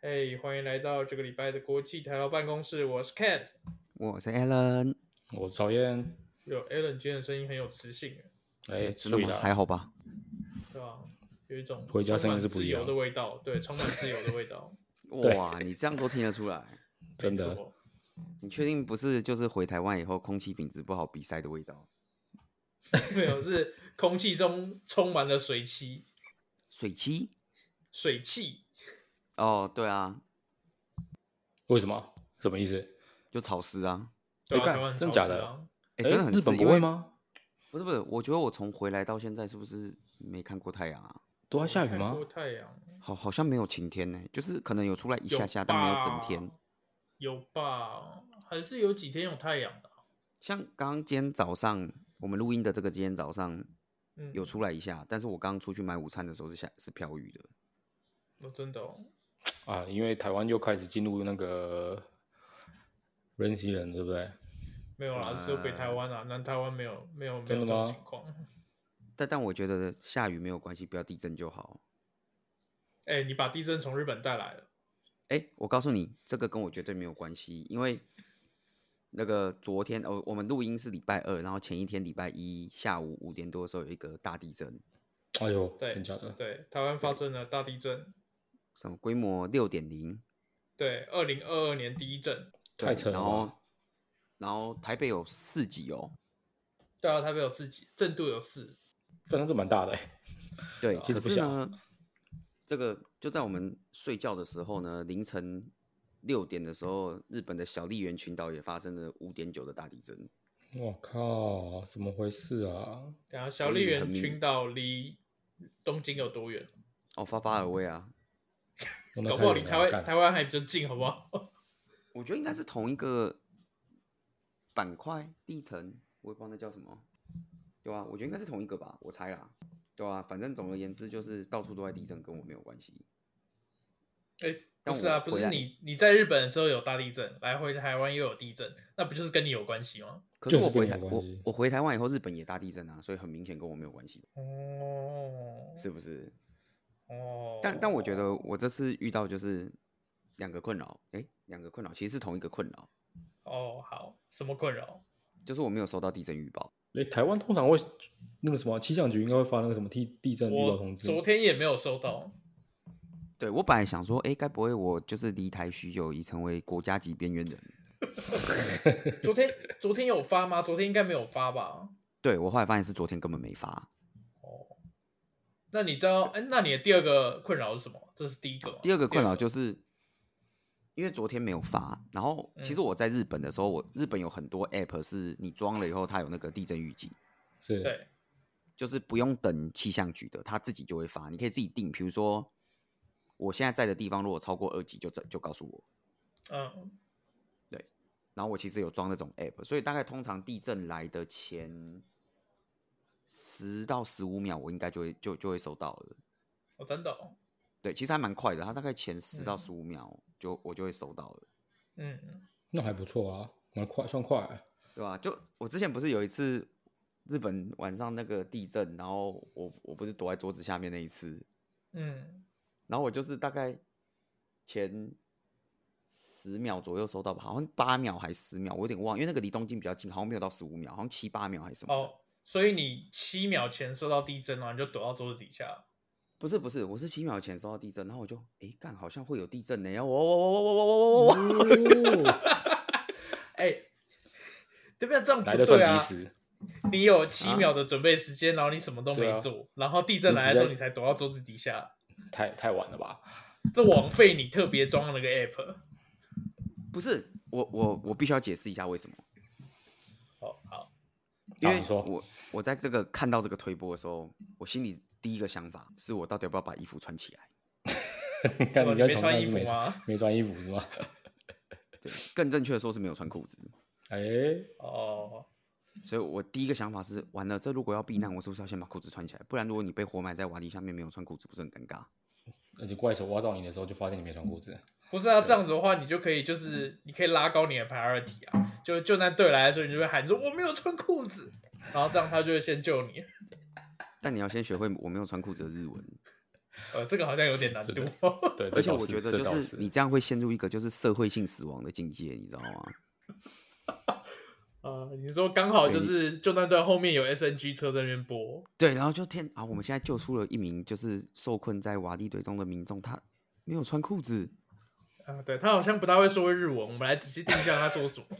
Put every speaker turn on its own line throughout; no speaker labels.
嘿欢迎来到这个礼拜的国际台劳办公室，我是 Cat。
我是 Alan，
我抽烟，
有 Alan 今天的声音很有磁性，
哎，
真的
醉
吗？还
了，
好吧。
对吧？有一种
回家
充满
声音是不
自
一样
由的味道， 对，充满自由的味道，
对
哇，你这样都听得出来？
真
没
的
错
你确定不是就是回台湾以后空气品质不好鼻塞的味道？
没有是空气中充满了水汽，
水汽？
水汽
哦，对啊，
为什么？什么意思？
就潮湿啊。
对吧？
哎干
台湾很
真
潮
假
湿
的
啊
哎、
哎
真的很
日
湿
本不会？
因
吗？
为不是不是，我觉得我从回来到现在是不是没看过太阳啊？
都要
我
哦下雨
看
吗
过？太阳
好，好像没有晴天呢、就是可能有出来一
有
下下，但没有整
吧
天。
有吧？还是有几天有太阳的啊、
像刚刚今天早上我们录音的这个今天早上
嗯，
有出来一下，但是我刚出去买午餐的时候是下是飘雨的。
哦，真的哦，
啊，因为台湾又开始进入那个 rain season，对不对？
没有
呃
啦，只有北台湾啊，南台湾没有没有没
真
有这
的
种
吗
情况。
但但我觉得下雨没有关系，不要地震就好。
哎、你把地震从日本带来了，
哎、我告诉你，这个跟我绝对没有关系，因为那个昨天哦，我们录音是礼拜二，然后前一天礼拜一下午五点多的时候有一个大地震，
哎呦，
对
真假的？
对，台湾发生了大地震，
什么规模六点零，
对，二零二二年第一震，
太
对
扯了
然后
吧！
然后台北有四级哦，
对啊，台北有四级，震度有四，
但它是蛮大的、欸，
对，
其实
可
不
是
小
呢，这个就在我们睡觉的时候呢，凌晨六点的时候，日本的小笠原群岛也发生了五点九的大地震，
我靠，怎么回事啊？
然后小
所以
笠
很
原
明
群岛离东京有多远？
哦，发发而威啊，
弄得
搞
太
不好
远
离
了啊
台湾
干
台湾还比较近，好不好？
我觉得应该是同一个板块地层，我也不知道那叫什么。对啊，我觉得应该是同一个吧，我猜啦。对啊，反正总而言之就是到处都在地震，跟我没有关系。
哎、不
但
是啊，
我
不
回
是
来
你你在日本的时候有大地震，来回台湾又有地震，那不就是跟你有关系吗？
可是
就是
我
跟
回
你
台
有关
我
系
我回台湾以后，日本也大地震啊，所以很明显跟我没有关系，
哦
是不是？
哦，
但但我觉得我这次遇到就是两个困扰，诶，两个困扰其实是同一个困扰，
哦好，什么困扰？
就是我没有收到地震预报。
哎、台湾通常会那个什么气象局应该会发那个什么地地震预报
我
通知，
昨天也没有收到，
对我本来想说，诶，该不会我就是离台许久，已成为国家级边缘人？
昨天昨天有发吗？昨天应该没有发吧？
对我后来发现是昨天根本没发。
哦，那你知道，哎、那你的第二个困扰是什么？这是第一个吗。
啊第二个困扰
是，
就是，因为昨天没有发，然后其实我在日本的时候，我日本有很多 app 是你装了以后，它有那个地震预警，
是
对，
就是不用等气象局的，它自己就会发，你可以自己定。比如说我现在在的地方，如果超过二级，就这就告诉我。
嗯，
然后我其实有装那种 app，所以大概通常地震来的前十到十五秒，我应该就会就就会收到了。
我、真的、哦，
对，其实还蛮快的，它大概前十到
嗯
十五秒就我就会收到了。
嗯，
那还不错啊，蛮快，算快、
对啊，就我之前不是有一次日本晚上那个地震，然后我我不是躲在桌子下面那一次，
嗯，
然后我就是大概前十秒左右收到吧，好像八秒还是十秒，我有点忘，因为那个离东京比较近，好像没有到十五秒，好像七八秒还是什么的。
哦，所以你七秒前收到地震然后你就躲到桌子底下。
不是不是，我是七秒前收到地震，然后我就诶干，好像会有地震呢、然后我我我我我我我我 我，
啊
哦，
哎、对不对？这样
来
不
的算
对
及
啊！
时。啊
你有七秒的准备时间，然后你什么都
对
没
啊
做，然后地震
你
来了之
直接
后，你才躲到桌子底下，
太太晚了吧？
这枉费你特别装了个 app。
不是我我我必须要解释一下为什么。
哦，好，
因
好
为
你说
我我在这个看到这个推播的时候，我心里第一个想法是我到底要不要把衣服穿起来？
看
哦
你
你没
在床上
穿
是
衣服
没穿
吗？
没穿衣服是吗？
对，更正确的说是没有穿裤子。
哎、
哦，
所以我第一个想法是，完了，这如果要避难，我是不是要先把裤子穿起来？不然如果你被活埋在瓦砾下面，没有穿裤子，不是很尴尬？
而且怪手挖到你的时候，就发现你没穿裤子。
不是啊，这样子的话，你就可以就是你可以拉高你的 priority 啊，就救难队来的时候，你就会喊说我没有穿裤子，然后这样他就会先救你。
但你要先学会我没有穿裤子的日文。
呃，这个好像有点难
是
度
的。对，
而且
这倒
我觉得
这倒
就是是你这样会陷入一个就是社会性死亡的境界，你知道吗？
啊、你说刚好就
对
是救难队后面有 SNG 车在那边播，
对，然后就天啊，我们现在救出了一名就是受困在瓦砾堆中的民众，他没有穿裤子。
啊，对他好像不大会说日文，我们来仔细听一下他说什 么。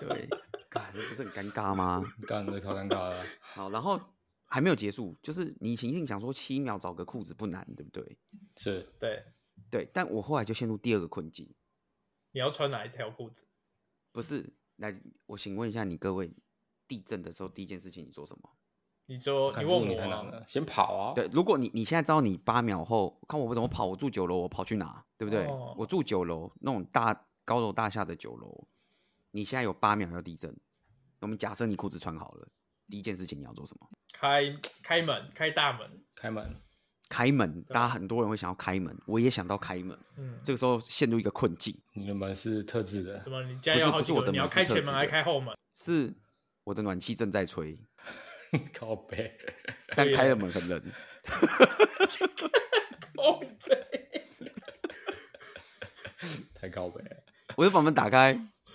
对，啊，这不是很尴尬吗？
干这超尴尬了。
好，然后还没有结束，就是你情境想说七秒找个裤子不难，对不对？
是
对，
对，但我后来就陷入第二个困境，
你要穿哪一条裤子？
不是？来，我请问一下你各位，地震的时候第一件事情你做什么？
你说
看
你
这个
问
哦你
我
太难
啊、
了，先跑啊！
对，如果你你现在知道你八秒后，看我怎么跑，我住九楼，我跑去哪，对不对？
哦
我住九楼，那种大高楼大厦的九楼，你现在有八秒要地震，我们假设你裤子穿好了，第一件事情你要做什么？
开开门，开大门，
开门，
开门，大家很多人会想要开门，我也想到开门，
嗯，
这个时候陷入一个困境，
你的门是特制的
怎，么你家
不是
有好
不是
几
我
个？
的
你
门
要
是
开
特
前
制
门还
的
开后门？
是我的暖气正在吹，
靠背。
但
对
开
耶
了门很冷，
哦，对，
太高呗，
我就把门打开，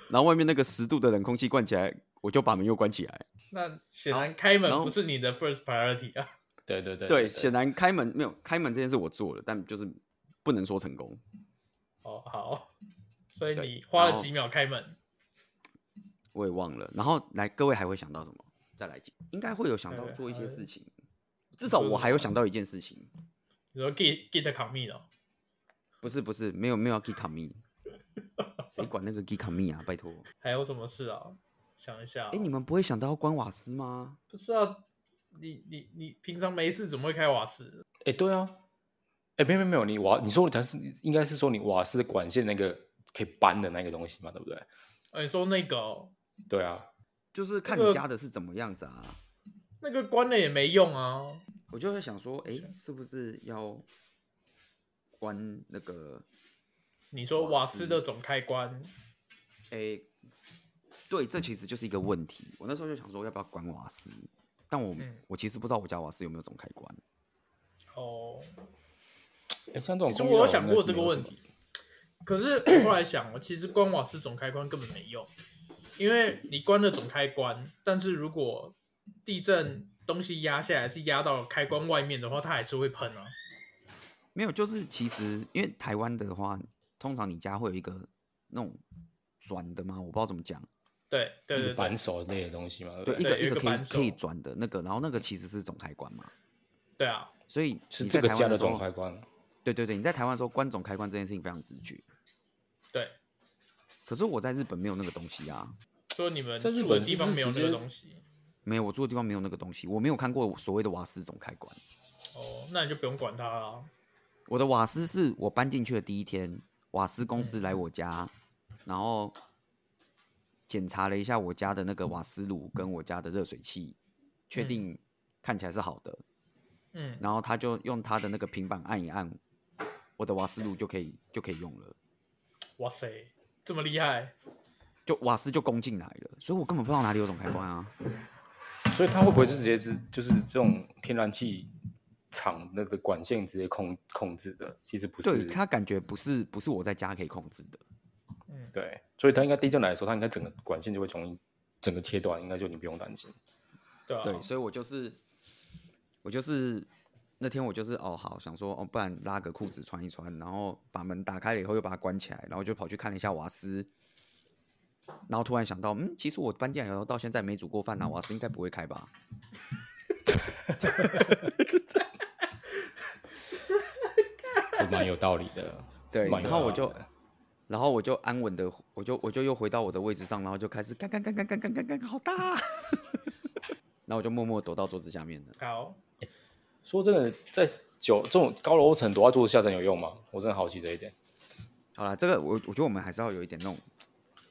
然后外面那个十度的冷空气灌起来，我就把门又关起来。
那显
好
然开门
然后
不是你的 first priority 啊。
对对对
对，
对，
显然开门没有开门这件事我做了，但就是不能说成功。
哦，好，所以
对
你花
然
了
后
几秒开门？
我也忘了。然后来，各位还会想到什么？再来讲，应该会有想到
对
做一
还
些
有
事情。至少
做什
我还有想到一件事情，
你说 get get commit 哦，
不是不是，没有没有要 geek me，谁管那个 geek me 啊？拜托，
还有什么事啊？想一下、哦，
哎、你们不会想到要关瓦斯吗？
不知道你你你平常没事怎么会开瓦斯？
哎对啊，哎没有没有没有，你瓦你说的是应该是说你瓦斯的管线那个可以搬的那个东西嘛，对不对？
呃，你说那个哦、
对啊，
就是看
这
你
个
家的是怎么样子啊。
那个关了也没用啊。
我就会想说，哎、是不是要关那个？
你说
瓦
瓦斯
斯
的总开关，
哎、对，这其实就是一个问题。我那时候就想说，要不要关瓦斯？但我、
嗯
我其实不知道我家瓦斯有没有总开关。
哦，
哎像这种
其实
公寓
哦我有
大楼
想
应该
过
是
这个
没有
问
什么
题，可是我后来想，哦我其实关瓦斯总开关根本没用，因为你关了总开关，但是如果地震东西压下来是压到开关外面的话，它还是会喷啊。
没有，就是其实因为台湾的话，通常你家会有一个那种转的吗？我不知道怎么讲，
对对
一
对对
个扳手类的东西嘛，
对，
不
一
呃对？
个
对有一
个
个
可以
扳手
可以转的那个，然后那个其实是总开关嘛。
对啊，
所以
是
你
这
在
个
台
家
湾
的
的时
总
候，
开关，
对对对，你在台湾的时候关总开关这件事情非常直觉。
对，
可是我在日本没有那个东西啊，
说你们
在日
住的
本是
地
不
方
是
没有
直
那个
接
东西
没有，我住的地方没有那个东西，我没有看过所谓的瓦斯总开关。
哦，那你就不用管它了。
我的瓦斯是我搬进去的第一天，瓦斯公司来我家，然后检查了一下我家的那个瓦斯炉跟我家的热水器，确
嗯
定看起来是好的，
嗯，
然后他就用他的那个平板按一按，我的瓦斯炉就可以就可以用了，
哇塞，这么厉害！
就瓦斯就供进来了，所以我根本不知道哪里有总开关啊。
所以它会不会是直接是就是这种天然气厂那个管线直接控控制的？其实不是，
对他感觉不是不是我在家可以控制的，
对，所以它应该地震来的时候，它应该整个管线就会从整个切断，应该就你不用担心。
对啊，
对，所以我就是我就是那天我就是哦好想说哦，不然拉个裤子穿一穿，然后把门打开了以后又把它关起来，然后就跑去看了一下瓦斯，然后突然想到，嗯，其实我搬进来以后到现在没煮过饭啊呐，瓦斯应该不会开吧？
这蛮有道理的。
对啊
是蛮有
然后我
道理
就
的
然后我就安稳的，我就我就又回到我的位置上，然后就开始干干干干干干干干，好大、啊！ 然后我就默默躲到桌子下面了。
好，
说真的，在九这种高楼层躲在桌子下真有用吗？我真的好奇这一点。
好了，这个我我觉得我们还是要有一点那种，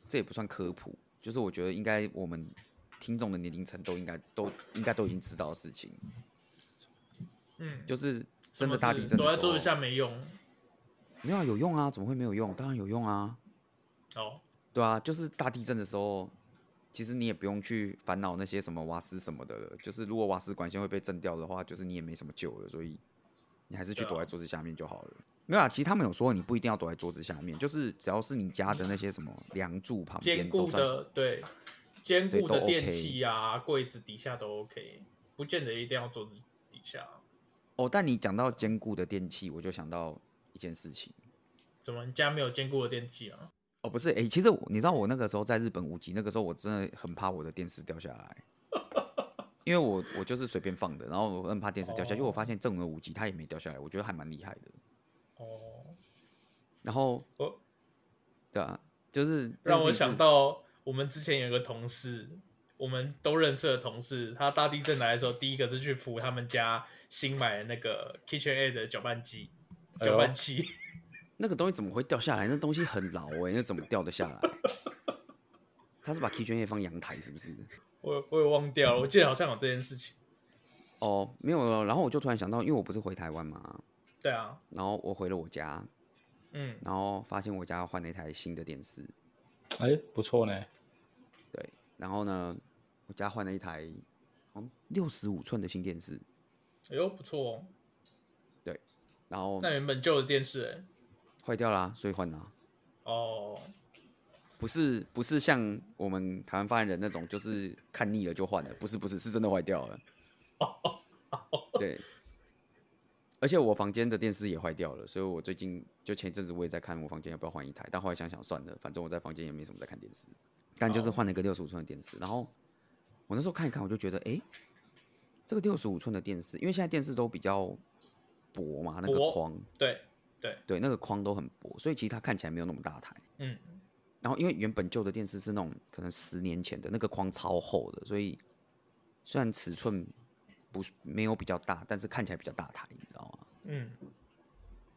这也不算科普，就是我觉得应该我们听众的年龄层都应该都应该都已经知道的事情，
嗯，
就是
什
真的
么
大
事
地震的
躲在
时
桌子
候
下没用
没有啊，有用啊，怎么会没有用？当然有用啊，
哦。
对啊，就是大地震的时候，其实你也不用去烦恼那些什么瓦斯什么的了，就是如果瓦斯管线会被震掉的话，就是你也没什么救了，所以你还是去
对啊
躲在桌子下面就好了。没有啊，其实他们有说你不一定要躲在桌子下面，就是只要是你家的那些什么梁柱旁
坚
边都
固
算是
的对，坚
对
固
都
的
OK
电器啊，柜子底下都 OK，不见得一定要桌子底下。
哦。但你讲到坚固的电器，我就想到一件事情
怎么你家没有坚固的电器啊？
哦，不是，诶，其实我你知道我那个时候在日本五级，那个时候我真的很怕我的电视掉下来，因为我我就是随便放的，然后我很怕电视掉下来，结果我发现正文五级它也没掉下来，我觉得还蛮厉害的。
哦，
然后
我
对啊，就是
哦
这
让
件
我
事
想
是
到我们之前有个同事，我们都认识的同事，他大地震来的时候，第一个是去扶他们家新买的那个 KitchenAid 的搅拌机、
哎呦
搅拌器。
那个东西怎么会掉下来？那东西很老哎、那怎么掉得下来？他是把 K 圈也放阳台是不是？
我我也忘掉了，我记得好像有这件事情。
哦，没有了。然后我就突然想到，因为我不是回台湾嘛，
对啊，
然后我回了我家，
嗯，
然后发现我家换了一台新的电视，
哎、不错呢，
对，然后呢，我家换了一台六十五寸的新电视，
哎呦不错哦，
然后
那原本旧的电视、欸，
坏掉啦，所以换啊啦。
哦，
不是不是像我们台湾发言人那种，就是看腻了就换了，不是不是，是真的坏掉 了。对，而且我房间的电视也坏掉了，所以我最近就前一阵子我也在看我房间要不要换一台，但后来想想算了，反正我在房间也没什么在看电视，但就是
哦
换了一个六十五寸的电视。然后我那时候看一看，我就觉得，诶，这个六十五寸的电视，因为现在电视都比较薄嘛，那个
薄
框，
对，
对，那个框都很薄，所以其实它看起来没有那么大台。
嗯，
然后因为原本旧的电视是那种可能十年前的那个框超厚的，所以虽然尺寸不是没有比较大，但是看起来比较大台，你知道吗？
嗯，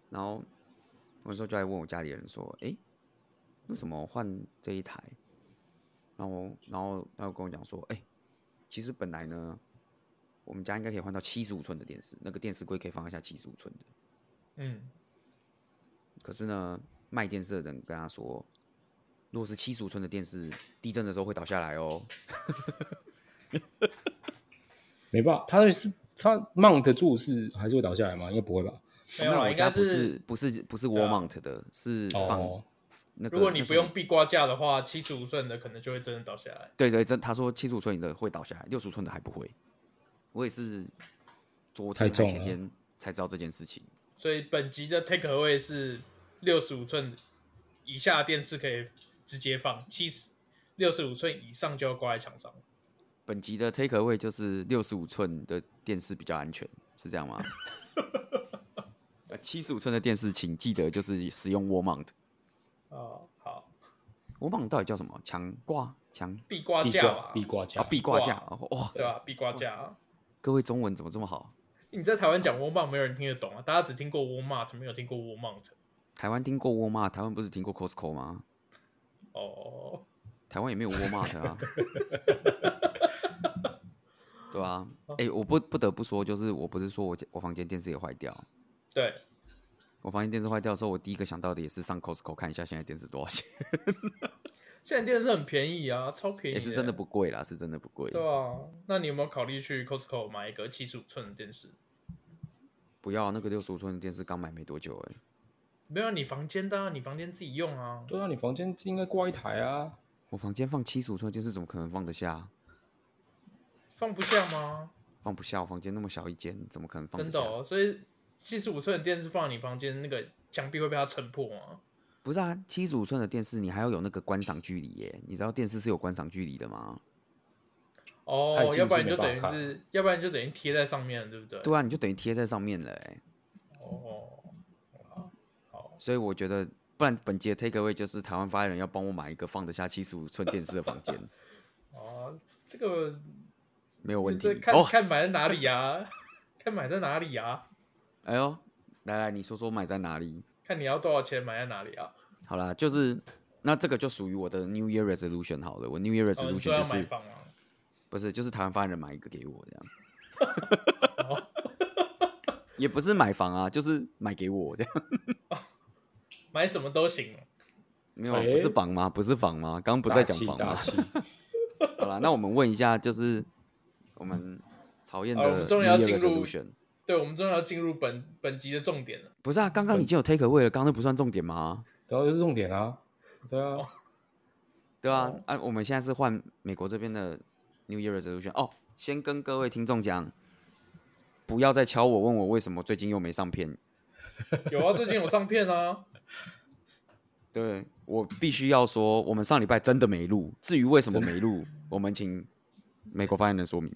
然后我那时候就来问我家里人说：“诶，为什么换这一台？”然后，然后他又跟我讲说：“诶，其实本来呢，我们家应该可以换到七十五寸的电视，那个电视柜可以放得下七十五寸的。
嗯，
可是呢，卖电视的人跟他说，如果是七十五寸的电视，地震的时候会倒下来哦。
没办法，他那是他 mount 得住是还是会倒下来吗？应该不会吧？
没有
那
啦，
我
应
家
该
不
是
不是不是
对啊
wall mount 的，是放
哦，
那个。
如果你
那
不
什么
用，壁挂架的话，七十五寸的可能就会真的倒下来。
对对，真他说七十五寸的会倒下来，六十五寸的还不会。我也是昨
太
天还
重
前
了
天才知道这件事情。
所以本集的 take away 是六十五寸以下的电视可以直接放，七十六十五寸以上就要挂在墙上。
本集的 take away 就是六十五寸的电视比较安全，是这样吗？呃七十五寸的电视，请记得就是使用 wall mount。
哦，好，
wall mount 到底叫什么？墙挂墙
壁挂
壁
架
挂
吧，
壁挂
啊，
架，
壁挂
挂
架哦哇！
对吧？壁挂架啊。
各位中文怎么这么好？
你在台湾讲 Walmart 没有人听得懂啊，大家只听过 Walmart，没有听过 Walmart。
台湾听过沃尔玛，台湾不是听过 Costco 吗？
哦，
台湾也没有沃尔玛啊。 对啊，哎、我不不得不说，就是我不是说我家我房间电视也坏掉，
对，
我房间电视坏掉的时候，我第一个想到的也是上 Costco 看一下现在电视多少钱，
现在电视很便宜啊，超便宜，
也是真的。不贵啦，是真的不贵。
对啊，那你有没有考虑去 Costco 买一个七十五寸的电视？
不要那个六十五寸的电视，刚买没多久哎、
没有啊，你房间的、啊，你房间自己用啊。
对啊，你房间应该挂一台啊。
我房间放七十五寸的电视怎么可能放得下？
放不下吗？
放不下，我房间那么小一间，怎么可能放得
真
下
的、？哦，所以七十五寸的电视放在你房间，那个墙壁会被它撑破吗？
不是啊，七十五寸的电视你还要有那个观赏距离耶，你知道电视是有观赏距离的吗？
哦
太近，是
要不然你就等
没
于
办法
是，要不然你就等于贴在上面了，对不对？
对啊，你就等于贴在上面了哎。
哦，
所以我觉得，不然本集的 take away 就是台湾发言人要帮我买一个放得下七十五寸电视的房间，
哦，这个
没有问题
这。看、
哦，
看买在哪里呀、 看买在哪里啊呀、
哎呦，来来，你说说买在哪里？
看你要多少钱买在哪里啊？
好啦，就是那这个就属于我的 New Year Resolution 好了，我 New Year
哦，你
Resolution
说要
就
买
是、
房啊？
不是就是台湾发言人买一个给我这样。
哦
也不是买房啊，就是买给我这样，
买什么都行。
没有啊，
哎
不是房吗？不是房吗？刚刚不在讲房
大
吗？
气，
好啦，那我们问一下，就是我们曹燕
好
的
我们
New
终于要
Year
进入
Resolution。
对，我们终于要进入本本集的重点了。
不是啊，刚刚已经有 take away 了，刚刚那不算重点吗？
然后就是重点啊，对啊，
哦
对啊，啊，我们现在是换美国这边的 New Year Resolution 哦。先跟各位听众讲，不要再敲我问我为什么最近又没上片。
有啊，最近有上片啊，
对我必须要说，我们上礼拜真的没录。至于为什么没录，我们请美国发言人说明。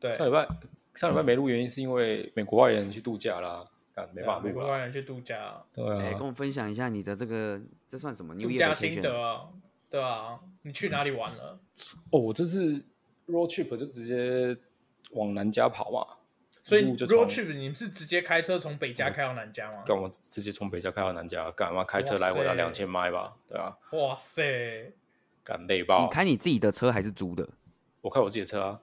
对，
上礼拜上礼拜没录，原因是因为美国外人去度假啦，干没
对
办
啊
法
美
录
国
啦。
外人去度假啊，
对
哎、
啊
跟，我们分享一下你的这个这算什么 New
度
Year
假心
vacation
得啊，对啊，你去哪里玩了？
哦，我这次 road trip 就直接往南家跑嘛，
所以
一路就从嗯
road trip 你们是直接开车从北加开到南加吗？
干我直接从北家开到南家，干嘛开车来回要
哇
两
塞
千迈吧？对啊，
哇塞，
干累
你
爆。
开你自己的车还是租的？
我开我自己的车啊，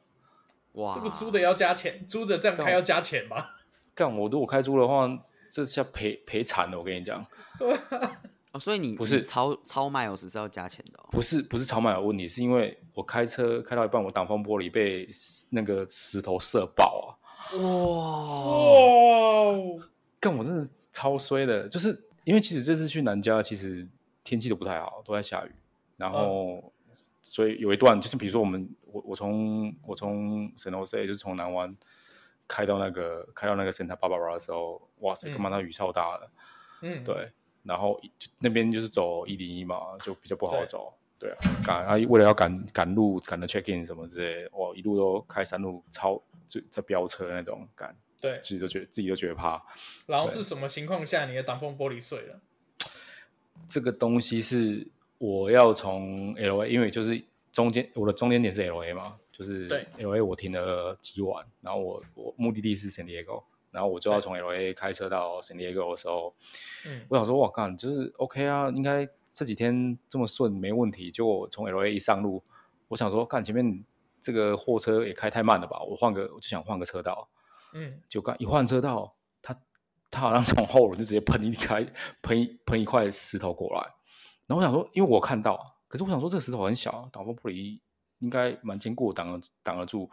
哇，
这个租的要加钱，租的这样开要加钱吧？
干我如果开租的话，这下赔赔惨了。我跟你讲，
哦，所以你
不是
你超超 miles 是要加钱的、哦。
不是不是超买的问题，是因为我开车开到一半，我挡风玻璃被那个石头射爆啊。
哦
哇、
哇，
哦，
干我真的超衰的，就是因为其实这次去南加，其实天气都不太好，都在下雨，然后、
嗯
所以有一段就是比如说我们我我从我从 San Jose 就是从南湾开到那个开到那个 Santa Barbara 的时候，哇塞，
嗯
干嘛那雨超大的，
嗯，
对，然后就那边就是走一零一嘛，就比较不好
对
走。对啊，赶啊，为了要赶赶路、赶的 check in 什么之类的，哇，一路都开山路，超就在飙车那种，赶
对，
自己都觉得自己都觉得怕。
然后是什么情况下你的挡风玻璃碎了？
这个东西是我要从 L A，因为就是中间我的中间点是 L A 嘛，就是
对
L A 我停了几晚，然后我我目的地是 San Diego，然后我就要从 L A 开车到 San Diego 的时候，
嗯，
我想说，我靠，就是 OK 啊，应该这几天这么顺没问题。结果我从 L A 一上路，我想说，看前面这个货车也开太慢了吧，我换个我就想换个车道，
嗯，
就刚一换车道，他他好像从后轮就直接喷一开喷一喷一块石头过来，然后我想说，因为我看到，可是我想说这个石头很小，啊挡风玻璃应该蛮坚固，挡得挡得住，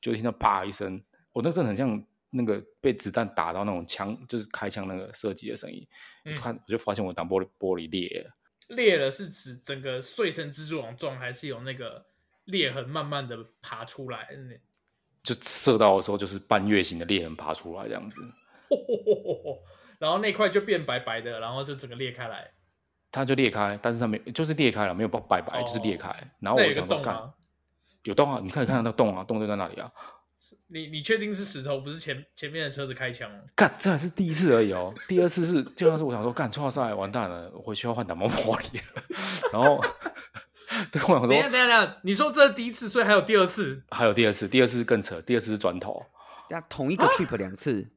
就听到啪一声，我那真的很像那个被子弹打到那种枪，就是开枪那个射击的声音，我就
嗯
看我就发现我挡玻璃玻璃裂了，
裂了是指整个碎成蜘蛛网状，还是有那个裂痕慢慢的爬出来？嗯
就射到的时候就是半月形的裂痕爬出来这样子。
然后那块就变白白的，然后就整个裂开来。
它就裂开，但是它没，就是裂开了，没有白白，就是裂
哦
开。然后
那
我
有个
想说，
洞
干，
吗？
有洞啊，你可以看得到洞啊，洞就在那里啊。
你你确定是石头，不是前前面的车子开枪吗？
干，这还是第一次而已哦。第二次是，第二次我想说，干，错赛完蛋了，我回去要换挡风玻璃了。 然后，对，我想
等一下
说，
等一下等一下，你说这是第一次，所以还有第二次？
还有第二次，第二次更扯，第二次是转头，
加同一
啊
个 trip 两次，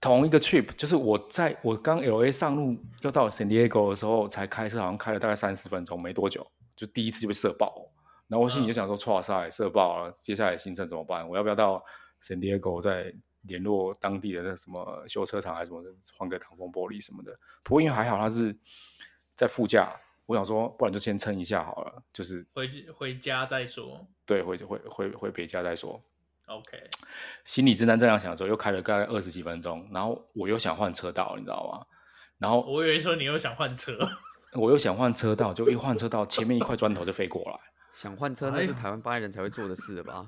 同一个 trip，就是我在我刚 L A 上路要到 San Diego 的时候，才开车，好像开了大概三十分钟，没多久，就第一次就被射爆。然后我心里就想说，哇塞，射爆了，接下来行程怎么办？我要不要到 San Diego 再联络当地的那什么修车厂还是什么的，换个挡风玻璃什么的？不过因为还好它是在副驾，我想说，不然就先撑一下好了，就是
回回家再说。
对回回回回北家再说。
OK，
心里正在这样想的时候，又开了大概二十几分钟，然后我又想换车道，你知道吗？然后
我以为说你又想换车，
我又想换车道，就一换车道，前面一块砖头就飞过来，
想换车
哎
那
呀
是台湾八人才会做的事 了吧？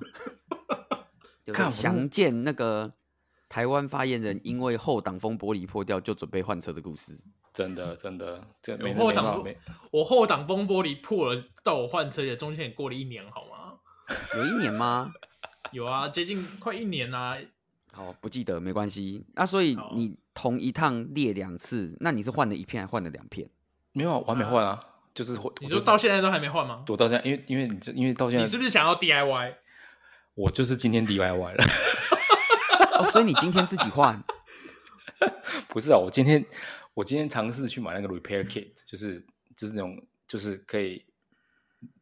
对不
看
对
我
详见那个台湾发言人因为后挡风玻璃破掉就准备换车的故事。
真的真的，这没
有后
没办
挡
法
路
没
我后挡风玻璃破了，到我换车也中间也过了一年，好吗？
有一年吗？
有啊，接近快一年啊啦、
好，不记得没关系。那所以
好
你同一趟列两次，那你是换了一片还换了两片？
没有完美换啊，就是我
你
我
说到现在都还没换吗？
我到现在，因为因为你这因为到现
你
在
是不是想要 DIY？
我就是今天 DIY 了，
哦，所以你今天自己换，
不是啊，我今天我今天尝试去买那个 repair kit，就是就是那种就是可以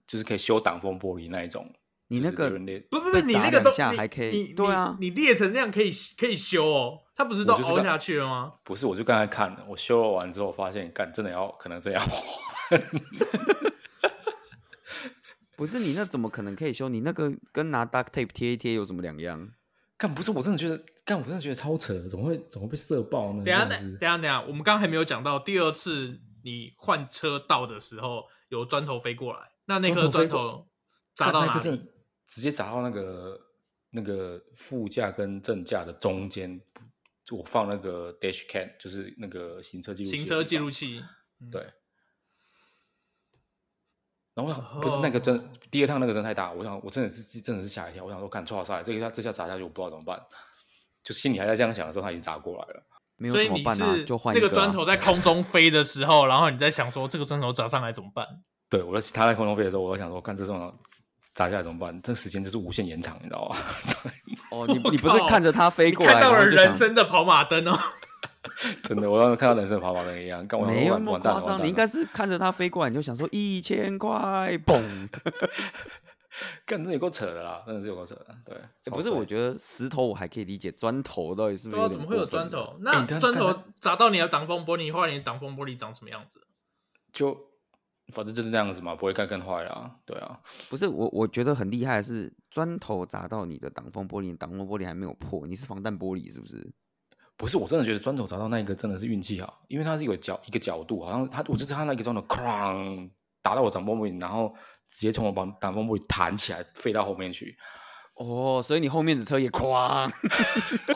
就是可以修挡风玻璃那一种，
你那
就是
个
有人类
不不不，
被
你
砸
那个都
两下
你
还可以
你你
对啊
你裂成那样可以可以修哦，它不是都
我就是
凹
刚
下去了吗？
不是，我就刚才看了，我修了完之后发现，干真的要可能真的要
不是你那怎么可能可以修？你那个跟拿 duct tape 贴一贴有什么两样？
干不是，我真的觉得干，我真的觉得超扯，怎么会怎么会被射爆呢？
等一下，
真的
等
是
一下，等一下，我们刚刚还没有讲到第二次你换车道的时候，有砖头飞过来，那那颗
砖头
砖
飞过
头砸
干
到
那
哪
个真
里？
的直接砸到那个那个副驾跟正驾的中间，就我放那个 dash cam，就是那个行车记录器的
行
地
车
方
记录器，
对。然后我想，不是那
哦
个真的，第二趟那个真的太大，我想我真的是真的是吓一跳，我想说，看错下来，这一下这下砸下去，我不知道怎么办。就心里还在这样想的时候，他已经砸过来了。
没有
所以
怎么
你
办啊
是？
就换一
那个
啊
砖头在空中飞的时候，然后你在想说这个砖头砸上来怎么办？
对我在他在空中飞的时候，我在想说，看这种砸下来怎么办？这时间就是无限延长，你知道吗？
哦，你你不
我
是
靠
看着它飞
你
过来，
看到了
然后就
人
想
生的跑马灯哦，
真的，我当时看到人生跑马灯一样，干我想说
没有
完
那么
完蛋
夸
了完
张，
蛋了
你应该是看着它飞过来，你就想说一千 块，嘣！
干，这有够扯的啦，真的是有够扯的。对，
这
超
不是，
扯
我觉得石头我还可以理解，砖头到底是不
对 啊，怎
是有点
么会有
过分
砖
了？哎
头？那
但
砖
但
头砸到你的挡风玻璃，后来你的挡风玻璃长什么样子？
就反正就是那样子嘛，不会干更坏啦。对啊，
不是我，我觉得很厉害的是砖头砸到你的挡风玻璃，你挡风玻璃还没有破，你是防弹玻璃是不是？
不是，我真的觉得砖头砸到那一个真的是运气好，因为它是有角一个角度，好像它我就是看到一个砖头哐打到我挡风玻璃，然后直接从我挡挡风玻璃弹起来飞到后面去。
哦，所以你后面的车也 哐，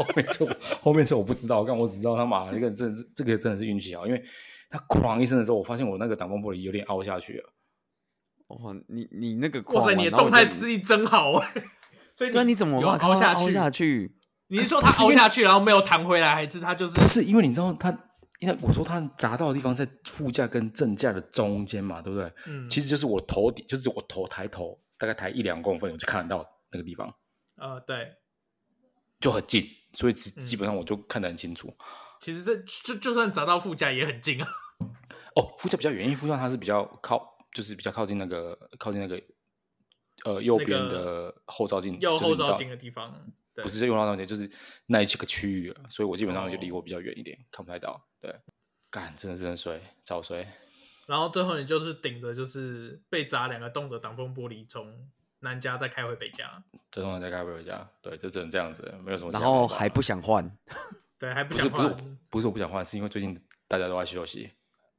后面是我后面是我不知道，但我只知道他妈这个真的是这个真的是运气好，因为它哐一声的时候，我发现我那个挡风玻璃有点凹下去了。
哦，你你那个哐
哇
完，
塞，你的
然后
动
我
态
就
视力真好哎、所以
对啊，你怎么
有
把它
凹下
凹
去？
下去？
你是说它凹下去，然后没有弹回来，还是它就是
不是因为你知道它，因为我说它砸到的地方在副驾跟正驾的中间嘛，对不对？
嗯
其实就是我头顶，就是我头抬头大概抬一两公分，我就看得到那个地方，
呃对？
就很近，所以基
嗯
基本上我就看得很清楚。
其实这就就算砸到副驾也很近啊。
哦，副驾比较远，因为副驾它是比较靠，就是比较靠近那个靠近那个呃右
那个
边的后照 镜，
右
就是
后
你知
照
道
镜的地方，对
不是就用到那边，就是那一个区域了，所以我基本上就离
哦
我比较远一点，看不太到。对，干，真的是很衰，超衰。
然后最后你就是顶着就是被砸两个洞的挡风玻璃，从南家再开回北家，
这通常在盖回家，对，就只能这样子，没有什么其
然
他方法。
后还不想换，
对，还不
不是
想
不是我
换，
不是我不想换，是因为最近大家都在休息，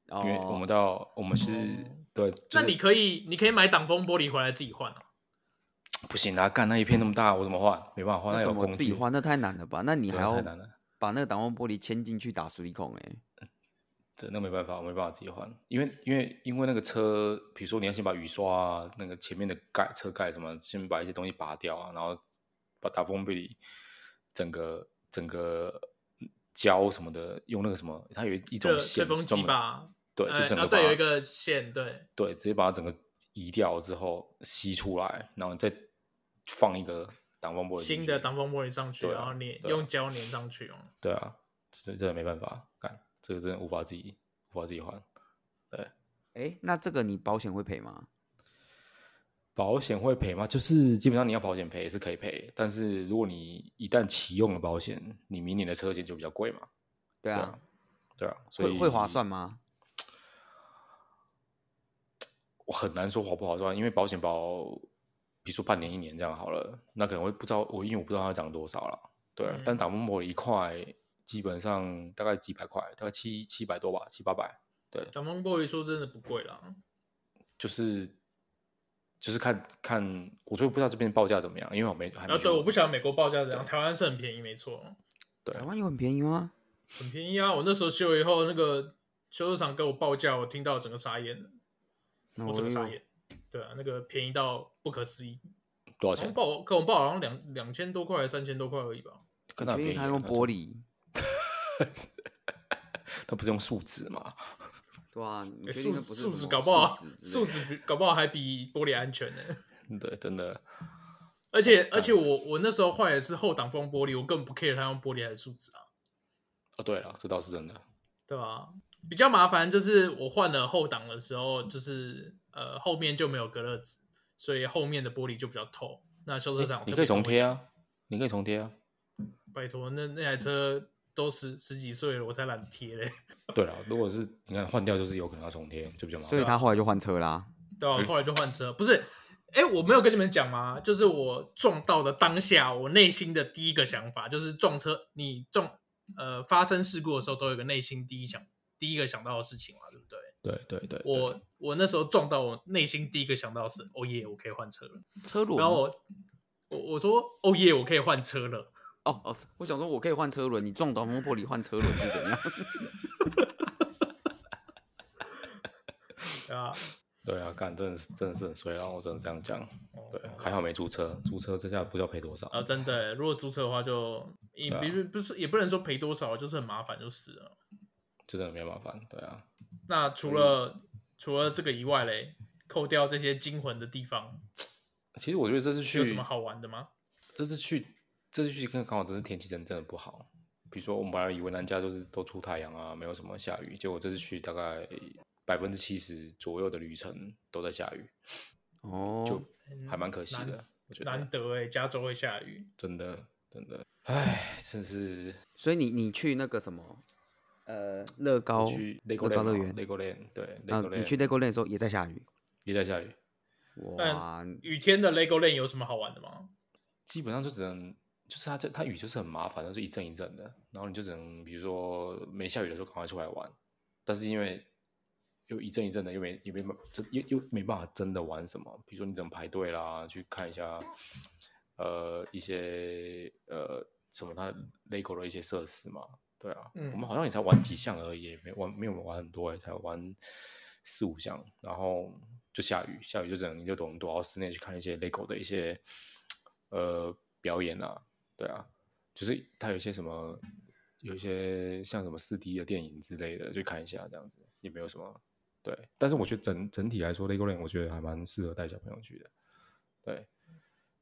哦
因为我们到我们是对，就
那
是
你可以你可以买挡风玻璃回来自己换啊。
不行啊，干那一片那么大，我怎么换？没办法换，
那
那有
怎么
工
自己
具，
换？那太难了吧？那你
对
还
啊
要
太难了。
把那个挡风玻璃牵进去打水孔哎、
真的没办法，我没办法自己换，因为因为因为那个车，比如说你要先把雨刷啊，那个前面的盖车盖什么，先把一些东西拔掉啊，然后把打风玻璃整个整个胶什么的，用那个什么，它有一一种
这
线
吹风
专
机
门
吧，
对，
呃
就整
啊
个把
对，
它
有一个线，对，
对，直接把它整个移掉之后吸出来，然后你再放一个挡风玻璃进
新
去
的挡风玻璃上去，
对啊
然后粘
对啊
用胶粘上去哦。
对啊，这这没办法，干这个真的无法自己无法自己换。
哎、那这个你保险会赔吗？
保险会赔吗？就是基本上你要保险赔也是可以赔，但是如果你一旦启用了保险，你明年的车险就比较贵嘛。
对
对
啊
啊，对啊，所
会
以
会划算？吗？
我很难说划不划算，因为保险保，比如说半年一年这样好了，那可能会不知道我因为我不知道它涨多少了。对啊，
嗯
但打风玻璃一块基本上大概几百块，大概七七百多吧，七八百，
挡风玻璃说真的不贵啦，
就是就是看看，我就不知道这边报价怎么样，因为我没还
然
没
后啊
去
对，
问
我不晓得美国报价怎样，
对
台湾是很便宜，没错，
对啊
台湾有很便宜吗？
很便宜啊。我那时候修以后，那个修车厂给我报价，我听到整个傻眼了，
那
我整个傻
有
眼。对啊，那个便宜到不可思
哎
议，
多少
好像
钱？
报跟我报好像两两千多块、三千多块而已吧。
看
你
它很
确定
便宜
它
啊
用
那
玻璃？
它不是用树脂嘛？
对啊，你
诶
确定
树
那不是
树
什
脂
么
搞不好
树脂之类
树
的
脂比搞不好还比玻璃安全呢、
对，真的，
而且而且我我那时候换的是后挡风玻璃，我根本不 care 它用玻璃还是树脂啊。
哦，对了，这倒是真的。
对吧？比较麻烦就是我换了后挡的时候，就是呃后面就没有隔热纸，所以后面的玻璃就比较透。那修
哎
车厂
你
特
可
别跟我
以重贴
讲，
啊，你可以重贴 啊。
拜托，那那台车都十十几岁了，我才懒贴嘞，
对了，如果是你看换掉，就是有可能要重贴，就比较麻
所以
烦。
啊
他后来就换车啦。
对吧、后来就换车，不是。哎、我没有跟你们讲吗？就是我撞到的当下，我内心的第一个想法就是撞车，你撞呃发生事故的时候，都有个内心第一想第一个想到的事情嘛，对不对？
对对对，对
我我那时候撞到，我内心第一个想到的是，哦耶，我可以换车了。
车
哦
轮，
然后我我我说，哦耶，我可以换车了。
哦哦，我想说我可以换车轮，你撞到风玻璃换车轮是怎样？
啊，
对啊，干真的是真的是很衰，让我只能这样讲。
哦
对，还好没租车，租车这下不知道赔多少。
啊，真的，如果租车的话就，也
对啊
不是不是也不能说赔多少，就是很麻烦，就是了。
这真的没麻烦，对啊，
那除了、除了这个以外嘞，扣掉这些惊魂的地方，
其实我觉得这次去
有什么好玩的吗？嗯
这次去这次去看刚好真是天气真真的不好。比如说我们本来以为南加就是都出太阳啊，没有什么下雨，结果这次去大概百分之七十左右的旅程都在下雨，
哦，
嗯
还蛮可惜的
难。
我觉
难
得
得哎、加州会下雨，
真的真的，唉，真是
所以你你去那个什么，呃，乐高
去
乐
Lego
高乐园
Lego Land 对
啊
Lego，
你去
Land
Lego Land 的时候也在下雨，
也在下雨，
哇，
雨天的 LEGO Land 有什么好玩的吗？
基本上就只能，就是它这它雨就是很麻烦，它是一阵一阵的，然后你就只能比如说没下雨的时候赶快出来玩，但是因为又一阵一阵的，又没又没办真又又没办法真的玩什么，比如说你只能排队啦，去看一下呃一些呃什么它 LEGO 的一些设施嘛，对啊，
嗯
我们好像也才玩几项而已，也没玩没有玩很多、欸，才玩四五项，然后就下雨，下雨就只能你就懂躲到室内去看一些 LEGO 的一些呃表演啊，对啊，就是它有一些什么，有一些像什么四 D 的电影之类的，去看一下这样子，也没有什么对。但是我觉得整整体来说，LEGO Land 我觉得还蛮适合带小朋友去的，对。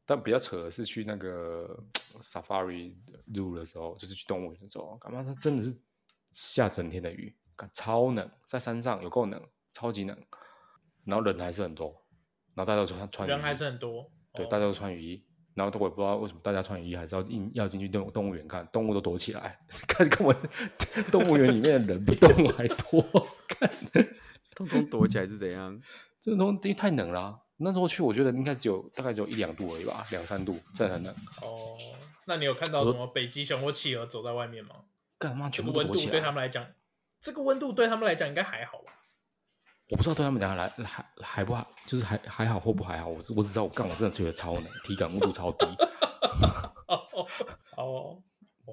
但比较扯的是去那个 Safari Zoo 的时候，就是去动物园的时候，干嘛？它真的是下整天的雨，干超冷，在山上有够冷，超级冷，然后人还是很多，然后大家都穿穿雨
人还
衣
是很多。
对，
哦
大家都穿雨衣，然后都我也不知道为什么大家穿雨衣还是要硬要进去动动物园看，动物都躲起来， 看看我动物园里面的人比动物还多， 看
通通躲起来是怎样？
这种因为太冷啦、啊那时候去，我觉得应该只有大概只有一两度而已吧，两三度，真的很冷。
哦，那你有看到什么北极熊或企鹅走在外面吗？
干嘛
这
全
个
部都
温
躲
度
起
对他
来？
们来讲，这个温度对他们来讲应该还好吧？
我不知道对他们讲来还还不还，就是还还好或不还好。我只我只知道我干，我真的觉得超冷，体感温度超低。
哦 哦哦，哦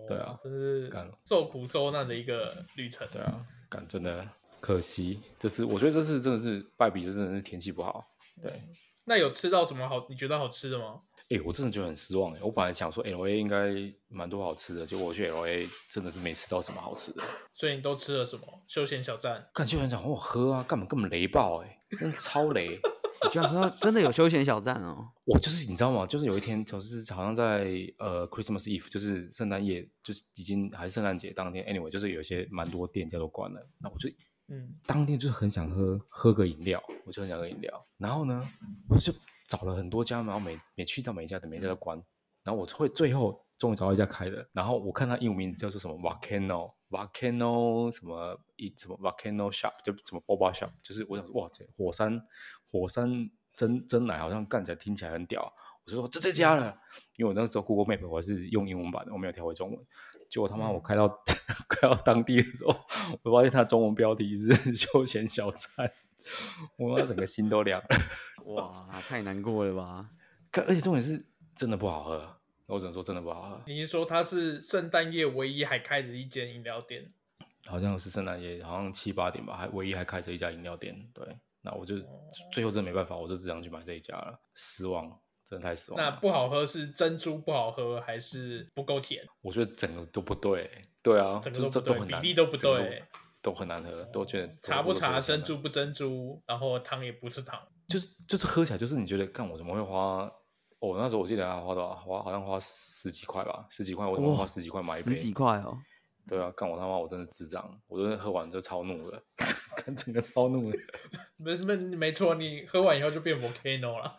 对啊
真是
干了
受苦受难的一个旅程。
对啊，干真的可惜，这是我觉得这次真的是败笔，就真的是天气不好。对，
那有吃到什么好？你觉得好吃的吗？
哎、我真的觉得很失望哎！我本来想说 L A 应该蛮多好吃的，结果我去 L A 真的是没吃到什么好吃的。
所以你都吃了什么？休闲小站
干就很想跟我喝啊，干嘛根本雷爆哎，真的超雷！
你居然喝到真的有休闲小站哦，
我就是你知道吗？就是有一天，就是好像在呃 Christmas Eve，就是圣诞夜，就是已经还是圣诞节当天，anyway，就是有一些蛮多店家都关了。那我就
嗯，
当天就是很想喝喝个饮料，我就很想喝饮料。然后呢，我就找了很多家，然后每每去到每一家的每一家都关。然后我会最后终于找到一家开的，然后我看它英文名字叫做什么 Volcano Volcano 什么一什么 Volcano Shop 就什么 Boba Shop，就是我想说哇，这火山火山蒸蒸奶好像看起来听起来很屌，我就说这这家了，因为我那时候 Google Map 我是用英文版的，我没有调回中文。结果他妈我开到 开到当地的时候，我发现它中文标题是休闲小站，我妈整个心都凉了。
哇，太难过了吧？
看而且重点是真的不好喝，我只能说真的不好喝，
你是说它是圣诞夜唯一还开着一间饮料店？
好像是圣诞夜，好像七八点吧，还唯一还开着一家饮料店。对，那我就最后真的没办法，我就只想去买这一家了，失望，真的太失望
那
了。
不好喝是珍珠不好喝，还是不够甜？
我觉得整个都不对，对啊，
整个
哦就是
都
这
不
都
对
很
比
难，
例都不
整个
对
都很难喝，都觉得
茶不茶，
我都觉得
珍珠不珍珠，然后汤也不是汤。
就是就是喝起来就是你觉得，看我怎么会花？哦，那时候我记得还花多少？花好像花十几块吧，十几块，我怎么花十几块买一
十
杯？
几块哦，
对啊，干我他妈我真的智障，我真的 喝完就超怒了，干整个超怒了，
没没没错，你喝完以后就变 volcano 了。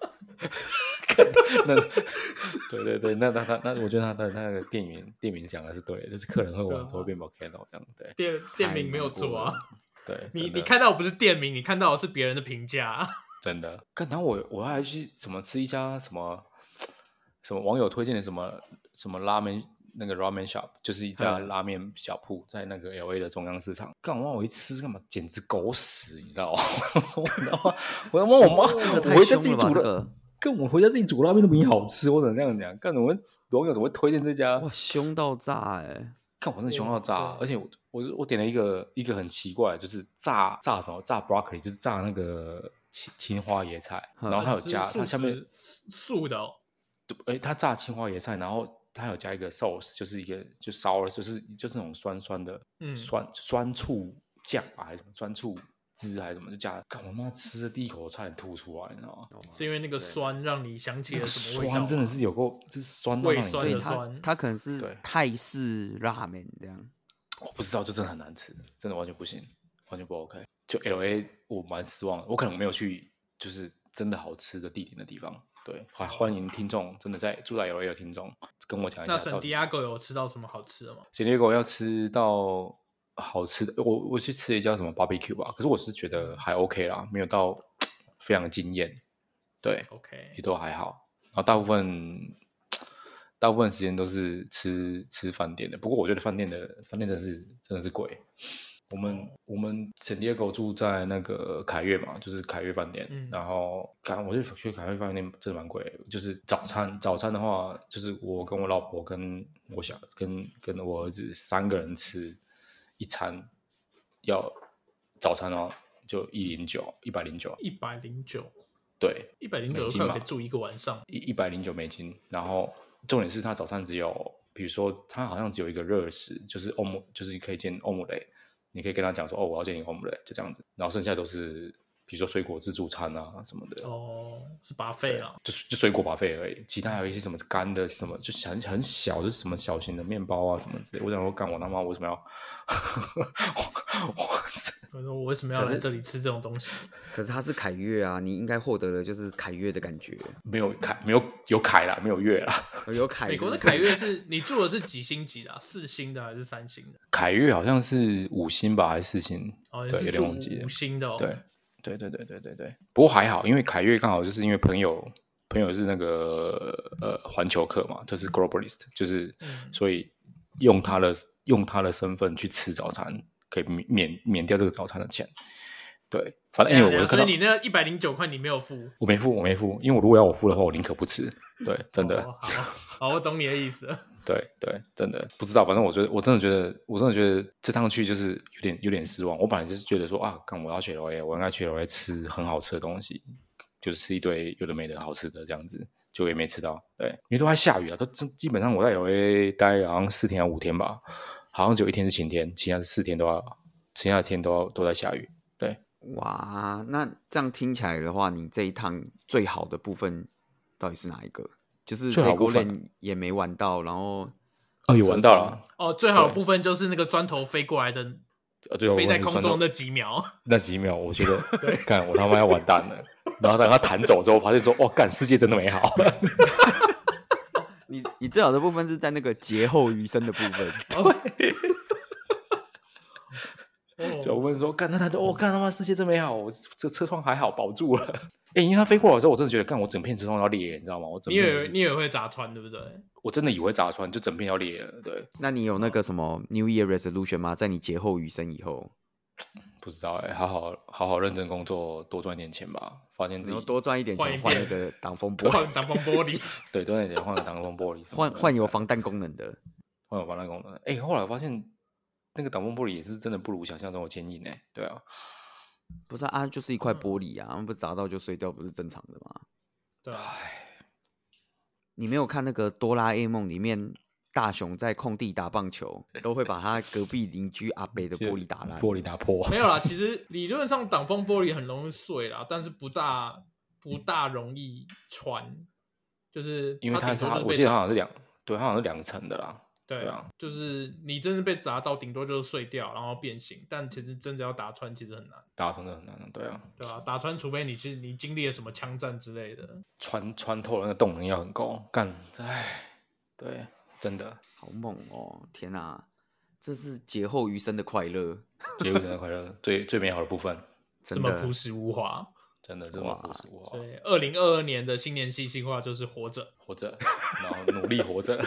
那对对对，那那那那，我觉得他的那个店员店员讲的是对的，就是客人喝完之后变 volcano 这样，对
店店名没有
太难过
错啊
了，
对。
你
真
你
的
看到不是店名，你看到的是别人的评价。
真的
干，然后我我还去什么吃一家什么什么网友推荐的什么什么拉面那个 ramen shop，就是一家
嗯
拉面小铺，在那个 L A 的中央市场。干，我让我一吃干嘛，简直狗屎，你知道吗？ 我他妈，我他妈，我妈，
这个
我
太
回家自
凶
己
了吧？
煮
这
的，
个
跟我回家自己煮拉面都比你好吃，我只能这样讲。干，我们网友怎么会推荐这家
哇，？凶到炸哎、
看我真的凶到炸啊，
对
而且我我我点了一个一个很奇怪，就是炸炸什么炸 broccoli，就是炸那个青青花椰菜，
嗯
然后它有
是
加
素
它下面
食素素的哦，
对，哎，它炸青花椰菜，然后它有加一个 sauce，就是一个就烧了，就是就是那种酸酸的，
嗯
酸酸醋酱吧，还是什么酸醋汁还是什么，就加。看我妈吃的第一口差点吐出来，你知道吗？
是因为那个酸让你想起
那
了
个
什么味道
酸
吗
真的是有够，就是酸到
胃
让你
酸
所以
的
他
酸
他可能是
对
泰式拉面这样，
我不知道，就真的很难吃，真的完全不行，完全不 OK。就 L A 我蛮失望的，我可能没有去就是真的好吃的地点的地方。对，还欢迎听众，真的在住在 L A 的听众跟我讲一下
那
到底。
圣地亚哥有吃到什么好吃的吗？
简略狗要吃到好吃的，我我去吃了一家什么 barbecue 吧，可是我是觉得还 OK 啦，没有到非常惊艳，对，也
OK，
都还好。然后大部分大部分时间都是吃吃饭店的，不过我觉得饭店的饭店真的是真的是贵。我们我们圣地亚哥住在那个凯悦嘛，就是凯悦饭店，
嗯
然后感我就去凯悦饭店真的蛮贵的，就是早餐早餐的话，就是我跟我老婆跟我小跟跟我儿子三个人吃一餐，要早餐哦就一零九一百零九，
一百零九，
对，
一百零九
美金
块
吧
可以住一个晚上。
一一百零九美金，然后重点是它早餐只有，比如说它好像只有一个热食，就是欧姆，就是你可以煎欧姆雷，你可以跟他讲说哦，我要煎一个欧姆雷，就这样子，然后剩下都是比如说水果自助餐啊什么的，
哦，是巴费啊，
就是就水果把费而已，其他还有一些什么干的什么，就是很很小，就是什么小型的面包啊什么之类，我想说干我他妈为什么要， 我我
我说我为什么要
可
来
是
这里吃这种东西？
可是他是凯越啊，你应该获得了就是凯越的感 觉，
没有凯没有有凯啦，没有月啦。
呃有凯
美国的
是不
凯
是
悦是你住的是几星级的、啊？四星的还是三星的？
凯悦好像是五星吧，还是四星？
哦，
对，
你是
有点
住
忘记了
五。星的哦。
对，对对对对对对。不过还好，因为凯越刚好就是因为朋友，朋友是那个呃环球客嘛，就是 globalist，就是、
嗯
所以用他的用他的身份去吃早餐，可以免免免掉这个早餐的钱。对，啊反正
哎呀，
因
哎
为
呀
我就看
所以
到
你那一百零九块你没有付。
我没付，我没付，因为我如果要我付的话，我宁可不吃。对，真的。
哦好，好，我懂你的意思了。
对对，真的不知道，反正我觉得，我真的觉得，我真的觉得这趟去就是有点有点失望。我本来就是觉得说啊，干我要去 L A，我应该去 L A 吃很好吃的东西，就是吃一堆有的没的好吃的这样子，就也没吃到。对，因为都还下雨啊了，都真基本上我在 L A 待好像四天还五天吧，好像只有一天是晴天，其他的四天都要，其他的天都要都在下雨。
哇，那这样听起来的话，你这一趟最好的部分到底是哪一个？就是
最好
美
部
国
分
人也没玩到，然后
哦，有闻到了，
哦，最好的
对
部分就是那个砖头飞过来的，
呃，对，我
飞在
闻到
空中的几秒。
那几秒，我觉得干我他妈要完蛋了。然后等他弹走之后，发现说：“哇，哦干，世界真的美好。”
你你最好的部分是在那个劫后余生的部 分，
就
哦，
问说，干，那他就哦，干他妈世界真美好，我这车窗还好保住了。 哎、因为他飞过来的时候，我真的觉得，干，我整片车窗要裂了，你知道吗？我整
你以
片、就是
为你以为会砸穿 对不对？
我真的以为砸穿，就整片要裂了。对，
那你有那个什么 New Year Resolution 吗？在你劫后余生以后，
不知道哎、好好好好认真工作，多赚点钱吧。发现自
然后
己
多赚一点
换
钱
一
换
遍
那个 挡风玻
换
璃，
挡风玻璃，
对多赚点钱换个挡风玻璃什么
换
的，
换有防弹功能的。
换有防弹功能。哎、后来我发现那个挡风玻璃也是真的不如想象中的坚硬哎、对啊，
不是啊啊，就是一
嗯
块玻璃啊，不砸到就碎掉，不是正常的吗？
对啊，
你没有看那个《哆啦 A 梦》里面，大雄在空地打棒球，都会把他隔壁邻居阿北的玻璃打烂。
玻璃 打破。
没有啦。其实理论上挡风玻璃很容易碎啦，但是不大不大容易穿，就是
因为它
它
是
顶
它，
多
我
就是
记
被
得它好像是两，对，它好像是两层的啦。
对
对啊，
就是你真的被砸到，顶多就是碎掉，然后变形。但其实真的要打穿，其实很难，
打穿真的很难，对啊，
对吧、打穿，除非你是你经历了什么枪战之类的。
穿穿透的那个动能要很高，干，唉，对，真的，
好猛哦！天哪、这是劫后余生的快乐，
节日生日快乐，最最美好的部分，
这
真
么
的
朴实无华，
真的这么朴素哇
所以二零二二年的新年新计划就是活着，
活着，然后努力活着。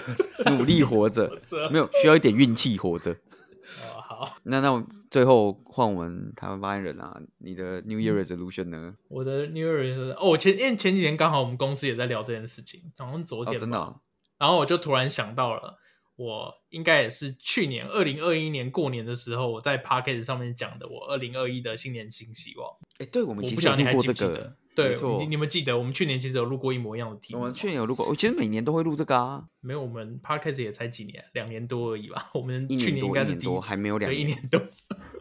努力活
活
着，
着。
没有需要一点运气活着。
哦，好，
那那我最后换我们台湾发言人啊，你的 New Year resolution 呢？
我的 New Year 是哦，我前因为前几天刚好我们公司也在聊这件事情，好像昨
哦，
天、
真的、哦，
然后我就突然想到了，我应该也是去年二零二一年过年的时候，我在 p o c k e t 上面讲的我二零二一的新年新希望。
哎、对我
我
们
不
其实
晓
有
得你
录
还
过
记
这
不记
个
得，？对，
没错
你你们记得我们去年其实有录过一模一样的题目
我
吗，
们去年有录过，我其实每年都会录这个啊。
没有，我们 podcast 也才几年，两年多而已吧。我们
一年
去
多
应该是
一年
第一
多
集
还没有两
对一
年
年多。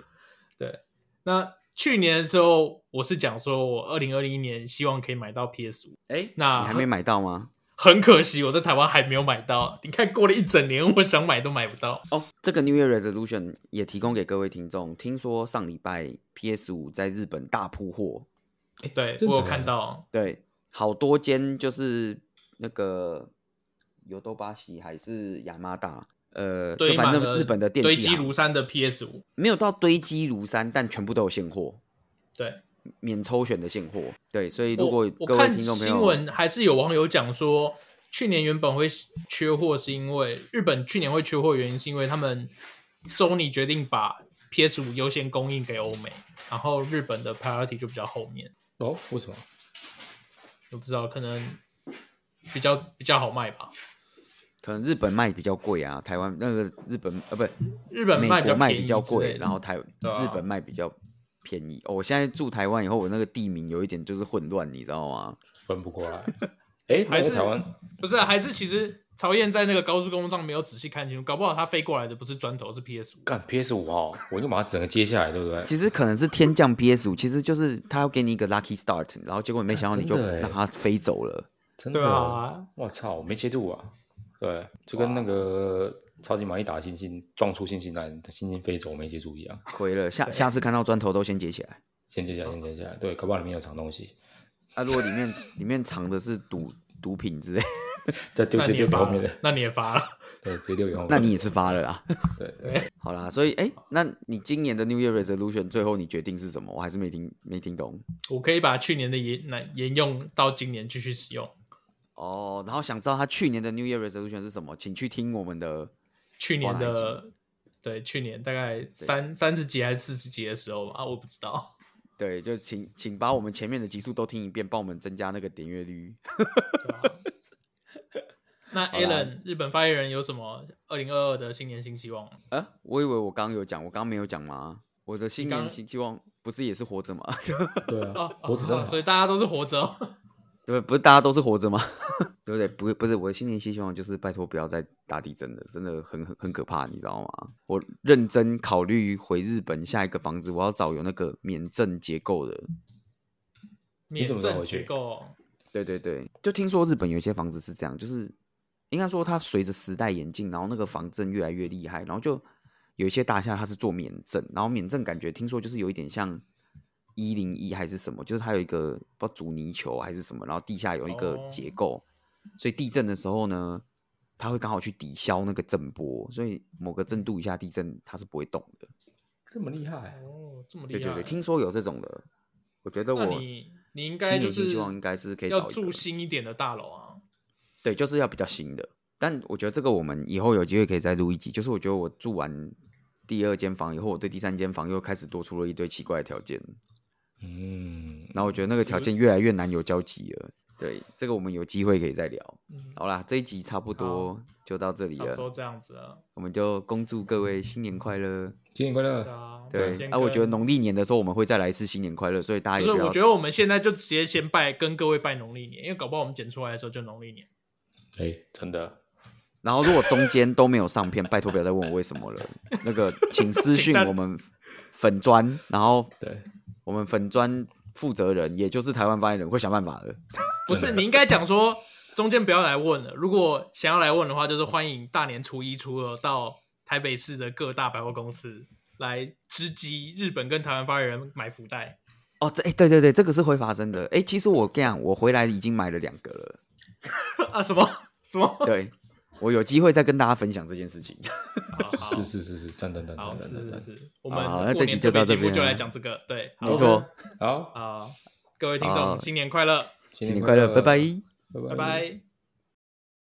对，那去年的时候，我是讲说我二零二一年希望可以买到 PS 五，
哎、
那
你还没买到吗？
很可惜我在台湾还没有买到。你看过了一整年，我想买都买不到。
哦，这个 New Year resolution 也提供给各位听众。听说上礼拜 PS 五在日本大铺货，哎
对
真
我有
假
看
的
到，
对，好多间就是那个有豆巴西还是雅马达，呃，就
堆
反
满
正
了
日本的电
堆
器啊
积
行
如山的 PS 五。
没有到堆积如山，但全部都有现货，
对，
免抽选的现货。对，所以如
我
果
我
各位
看
听众朋
新
友，
闻还是有网友讲说，去年原本会缺货，是因为日本去年会缺货，原因是因为他们 Sony 决定把 PS 五优先供应给欧美，然后日本的 priority 就比较后面，
哦，为什么？
我不知道可能比较比较好卖吧。
可能日本卖比较贵啊，台湾那个日本呃不，
日本
美
卖比
国
较
卖
便宜
比较
之类
贵，
的
然后台、
对啊
日本卖比较便宜。哦，我现在住台湾以后，我那个地名有一点就是混乱，你知道吗？
分不过来。哎，
还
还
是
是台湾
不是啊、还是其实曹燕在那个高速公路上没有仔细看清楚，搞不好他飞过来的不是砖头，是 PS 五。
干 PS 五哦，我就把它整个接下来，对不对？
其实可能是天降 PS 五，其实就是他要给你一个 lucky start，然后结果没想到你就
干真的欸
让它飞走了。
真的
对，啊，
我操，我没切入啊。对，就跟那个超级玛丽打星星撞出星星来，星星飞走，我没接住一样。
亏了，下下次看到砖头都先捡起来。
先接下来，先接下来，对，搞不好里面有藏东西，
啊，如果里面里面藏的是毒毒品之类，
再丢
那
直
你
接丢
也
给后
发
面
了
的，，
那你也发了。
对，直接丢给后面的。
那你也是发了啦。
对
好啦，所以哎、那你今年的 New Year resolution 最后你决定是什么？我还是没听没听懂。
我可以把去年的沿那沿用到今年继续使用。
哦，然后想知道他去年的 New Year resolution 是什么，请去听我们的。
去年
哇哪
的对，去年大概三三十集还是四十集的时候吧，我不知 道。
对，就请请把我们前面的集数都听一遍，帮我们增加那个点阅率。
啊 那
啦
Alan 日本发言人有什么二零二二的新年新希望吗？
啊，我以为我刚刚有讲，我刚刚没有讲吗？我的新
你刚
年新希望不是也是活着吗？
对啊
哦，，
活着真
哦所
好
以。大家都是活着哦。
对，不是大家都是活着吗？ 对不对？不，不是我的新年新希望就是拜托不要再打地震了，真的很很很可怕，你知道吗？我认真考虑回日本下一个房子，我要找有那个免震结构的。
免
怎么知道
震
我去
结构
对对对，就听说日本有一些房子是这样，就是应该说它随着时代演进，然后那个防震越来越厉害，然后就有一些大厦它是做免震，然后免震感觉听说就是有一点像一零一还是什么，就是它有一个不知道阻尼球还是什么，然后地下有一个
哦
结构，所以地震的时候呢，它会刚好去抵消那个震波，所以某个震度以下地震它是不会动的。
这么厉害，
哦，这么厉
对
害。
对对，听说有这种的，我觉得
那
我
你你应该
新
就
年
是
新希望应该是可以
要
找一个
住新一点的大楼啊。
对，就是要比较新的。但我觉得这个我们以后有机会可以再录一集。就是我觉得我住完第二间房以后，我对第三间房又开始多出了一堆奇怪的条件，
嗯，
然后我觉得那个条件越来越难有交集了。对，这个我们有机会可以再聊。
嗯，
好啦，这一集差不多就到这里
差不多
了，
这样子啊了。
我们就恭祝各位新年快乐。
新年快
对
乐！
啊，
呃对，
先
啊，我
跟
觉得农历年的时候我们会再来一次新年快乐，所以大
不
家也
是，
不
我
要
觉得我们现在就直接先拜跟各位拜农历年，因为搞不好我们剪出来的时候就农历年。
哎，真的，
然后如果中间都没有上片，拜托不要再问我为什么了。那个，请私
请
信
大
我们粉砖，然后
对，
我们粉砖负责人，也就是台湾发言人，会想办法的。
不是，你应该讲说中间不要来问了。如果想要来问的话，就是欢迎大年初一、初二到台北市的各大百货公司来直击日本跟台湾发言人买福袋。
哦，这哎、对对对，这个是会发生的。哎、其实我跟你讲，我回来已经买了两个了。
啊？什么什么？
对，我有机会再跟大家分享这件事情。
好哦好
是是是是，赞赞赞
好，
赞赞
是
赞
是
赞，
是，我
好
们
那这
过
集
年
就
特别
到这
节目
边
就
啊
来讲这个，对，好
没错，
好，
好，
各位听众，
好
新年快乐，
新年快乐，拜拜。
拜
拜拜。